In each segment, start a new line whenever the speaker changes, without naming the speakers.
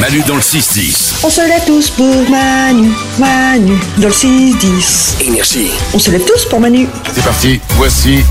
Manu dans le 6-10.
On se lève tous pour Manu, Manu, dans le 6-10.
Énergie.
On se lève tous pour Manu.
C'est parti, voici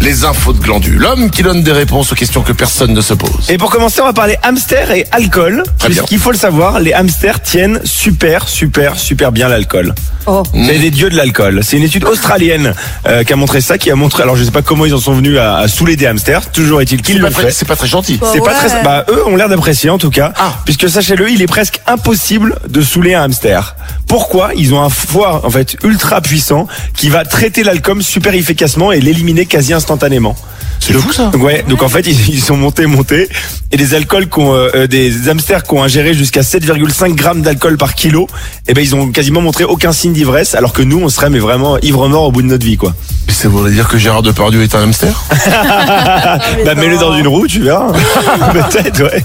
les infos de Glandu. L'homme qui donne des réponses aux questions que personne ne se pose.
Et pour commencer, on va parler hamster et alcool.
Très bien.
Parce qu'il faut le savoir, les hamsters tiennent super, super, super bien l'alcool.
Oh.
C'est des dieux de l'alcool. C'est une étude australienne euh, qui a montré ça, qui a montré. Alors, je sais pas comment ils en sont venus à, à saouler des hamsters. Toujours est-il qu'ils
C'est
le
pas, très-
fait.
c'est pas très gentil.
C'est pas très. Bah, eux ont l'air d'apprécier en tout cas.
Ah.
Puisque sachez-le, il est presque impossible de saouler un hamster. Pourquoi Ils ont un foie en fait ultra puissant qui va traiter l'alcool super efficacement et l'éliminer quasi instantanément.
C'est fou ça.
Donc ouais, donc en fait ils, ils sont montés, montés, et des alcools qu'on, euh, euh, des hamsters qui ont ingéré jusqu'à 7,5 grammes d'alcool par kilo, et ben ils ont quasiment montré aucun signe d'ivresse, alors que nous on serait mais vraiment ivre mort au bout de notre vie quoi.
Mais ça voudrait dire que Gérard Depardieu est un hamster
bah mets-le dans une roue, tu verras. Peut-être ouais.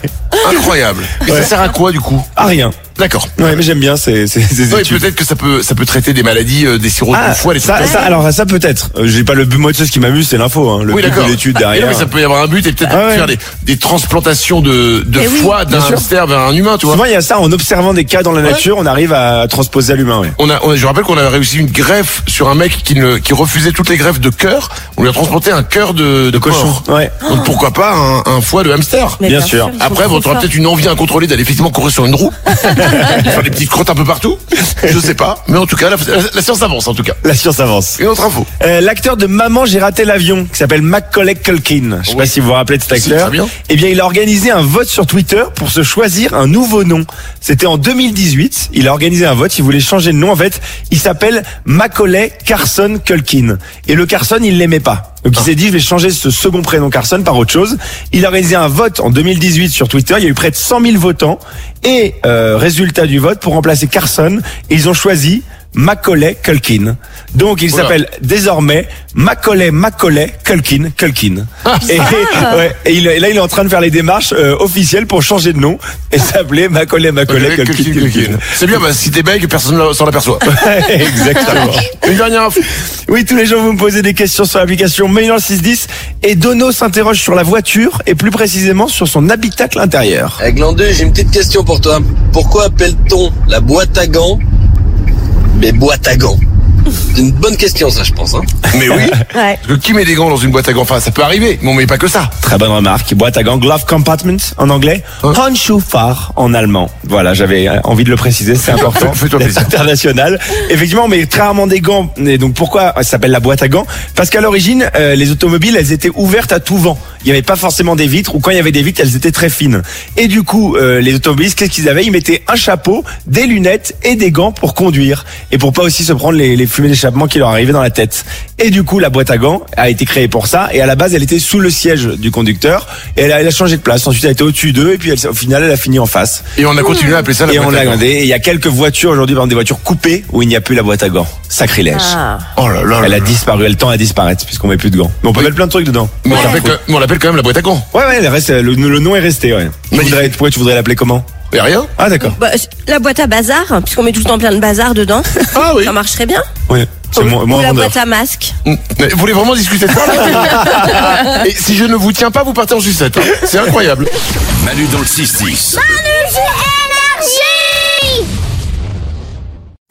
Incroyable. Et ça sert à quoi du coup
Ah rien.
D'accord.
Ouais mais j'aime bien ces ces, ces
Oui,
études.
peut-être que ça peut, ça peut traiter des maladies, euh, des sirops de
Ah,
foie, des trucs
ça,
comme ça.
ça, alors ça peut-être. Euh, J'ai pas le but, moi tu sais, ce qui m'amuse c'est l'info, hein. le
Oui,
but
d'accord. Ah,
de l'étude
Mais non,
derrière.
mais ça peut y avoir un but et peut-être
Ah ouais.
faire des, des transplantations de, de
Eh oui,
foie d'un
bien sûr.
hamster vers un humain, tu vois.
Souvent il y a ça, en observant des cas dans la nature, on arrive à transposer à l'humain. Ouais.
On a, on a- je rappelle qu'on a réussi une greffe sur un mec qui, ne, qui refusait toutes les greffes de cœur. On lui a transplanté un cœur de, de, porc.
Ouais.
Donc pourquoi pas un, un foie de hamster
Bien sûr.
Après, on aura peut-être une envie incontrôlée d'aller effectivement courir sur une roue, de faire des petites crottes un peu partout. Je sais pas, mais en tout cas, la, la- la science avance en tout cas.
La science avance.
Une autre info.
Euh, l'acteur de Maman j'ai raté l'avion qui s'appelle Macaulay Culkin. Je sais pas si vous vous rappelez de cet
Si,
acteur.
très bien.
Eh bien, il a organisé un vote sur Twitter pour se choisir un nouveau nom. C'était en 2018. Il a organisé un vote. Il voulait changer de nom. En fait, il s'appelle Macaulay Carson Culkin. Et le Carson, il l'aimait pas. Donc
Ah.
il s'est dit, je vais changer ce second prénom Carson par autre chose. Il a organisé un vote en 2018 sur Twitter. Il y a eu près de 100 000 votants. Et euh, résultat du vote, pour remplacer Carson, ils ont choisi Macaulay Culkin. Donc il
Oula.
s'appelle désormais Macaulay, Macaulay, Culkin, Culkin. et, ouais, et il- et là, il est en train de faire les démarches euh, officielles pour changer de nom et s'appeler Macaulay, Macaulay,
Culkin,
Culkin,
Culkin, Culkin.
Culkin.
C'est bien, bah, si t'es bègue, personne ne s'en aperçoit.
Ouais, Exactement.
Une dernière info.
Oui, tous les jours, vous me posez des questions sur l'application Mail 610 et Dono s'interroge sur la voiture et plus précisément sur son habitacle intérieur.
Avec Glandeux, j'ai une petite question pour toi. Pourquoi appelle-t-on la boîte à gants des boîtes à gants C'est une bonne question, ça, je pense. hein.
Mais oui.
Ouais.
Parce que qui met des gants dans une boîte à gants Enfin, ça peut arriver, mais on met pas que ça.
Très bonne remarque. Boîte à gants, glove compartment en anglais,
Ouais.
Handschuhfach en allemand. Voilà, j'avais euh, envie de le préciser, c'est important.
Fais-toi
d'être
plaisir.
international. Effectivement, mais très rarement des gants. Et donc pourquoi ça s'appelle la boîte à gants Parce qu'à l'origine, euh, les automobiles, elles étaient ouvertes à tout vent. Il n'y avait pas forcément des vitres, ou quand il y avait des vitres, elles étaient très fines. Et du coup, euh, les automobilistes, qu'est-ce qu'ils avaient Ils mettaient un chapeau, des lunettes et des gants pour conduire et pour pas aussi se prendre les, les fumées d'échappement qui leur arrivaient dans la tête. Et du coup, la boîte à gants a été créée pour ça. Et à la base, elle était sous le siège du conducteur. Et elle a, elle a changé de place. Ensuite, elle était au-dessus d'eux. Et puis, elle- au final, elle a fini en face.
Et on a continué à appeler ça Ah, la
Et on
boîte
l'a
à gants.
gardé. Et il y a quelques voitures aujourd'hui, par exemple des voitures coupées, où il n'y a plus la boîte à gants. Sacrilège.
Ah.
Oh là là.
Elle a
là là.
disparu, elle tend à disparaître, puisqu'on met plus de gants. Mais on peut
Oui.
mettre plein de trucs dedans.
Mais on l'appelle que- mais on l'appelle quand même la boîte à gants.
Ouais, ouais, elle reste- le, le nom est resté, ouais. Tu
Magnifique.
voudrais, pourquoi tu voudrais l'appeler comment
Et rien.
Ah, d'accord.
Bah, la boîte à bazar, puisqu'on met tout le temps plein de bazar dedans.
Ah oui.
Ça marcherait bien.
Ouais, c'est
Ou-
moins, moins
Ou la
vendeur.
boîte à masque.
Mm. Mais Vous voulez vraiment discuter de ça là Et si je ne vous tiens pas, vous partez en sucette. hein. C'est incroyable.
Manu dans le 6-10.